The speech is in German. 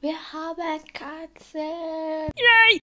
Wir haben Katzen. Yay!